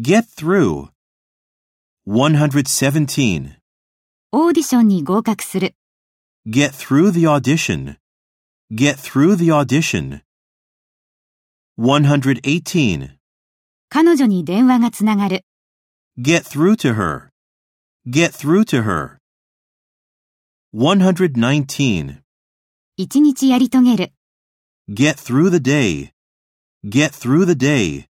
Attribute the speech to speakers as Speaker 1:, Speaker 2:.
Speaker 1: Get through. 117.
Speaker 2: オーディションに合格する。
Speaker 1: Get through the audition. Get through the audition. 118.
Speaker 2: 彼女に電話がつながる。
Speaker 1: Get through to her. Get through to her. 119.
Speaker 2: 一日やり遂げる。
Speaker 1: Get through the day. Get through the day.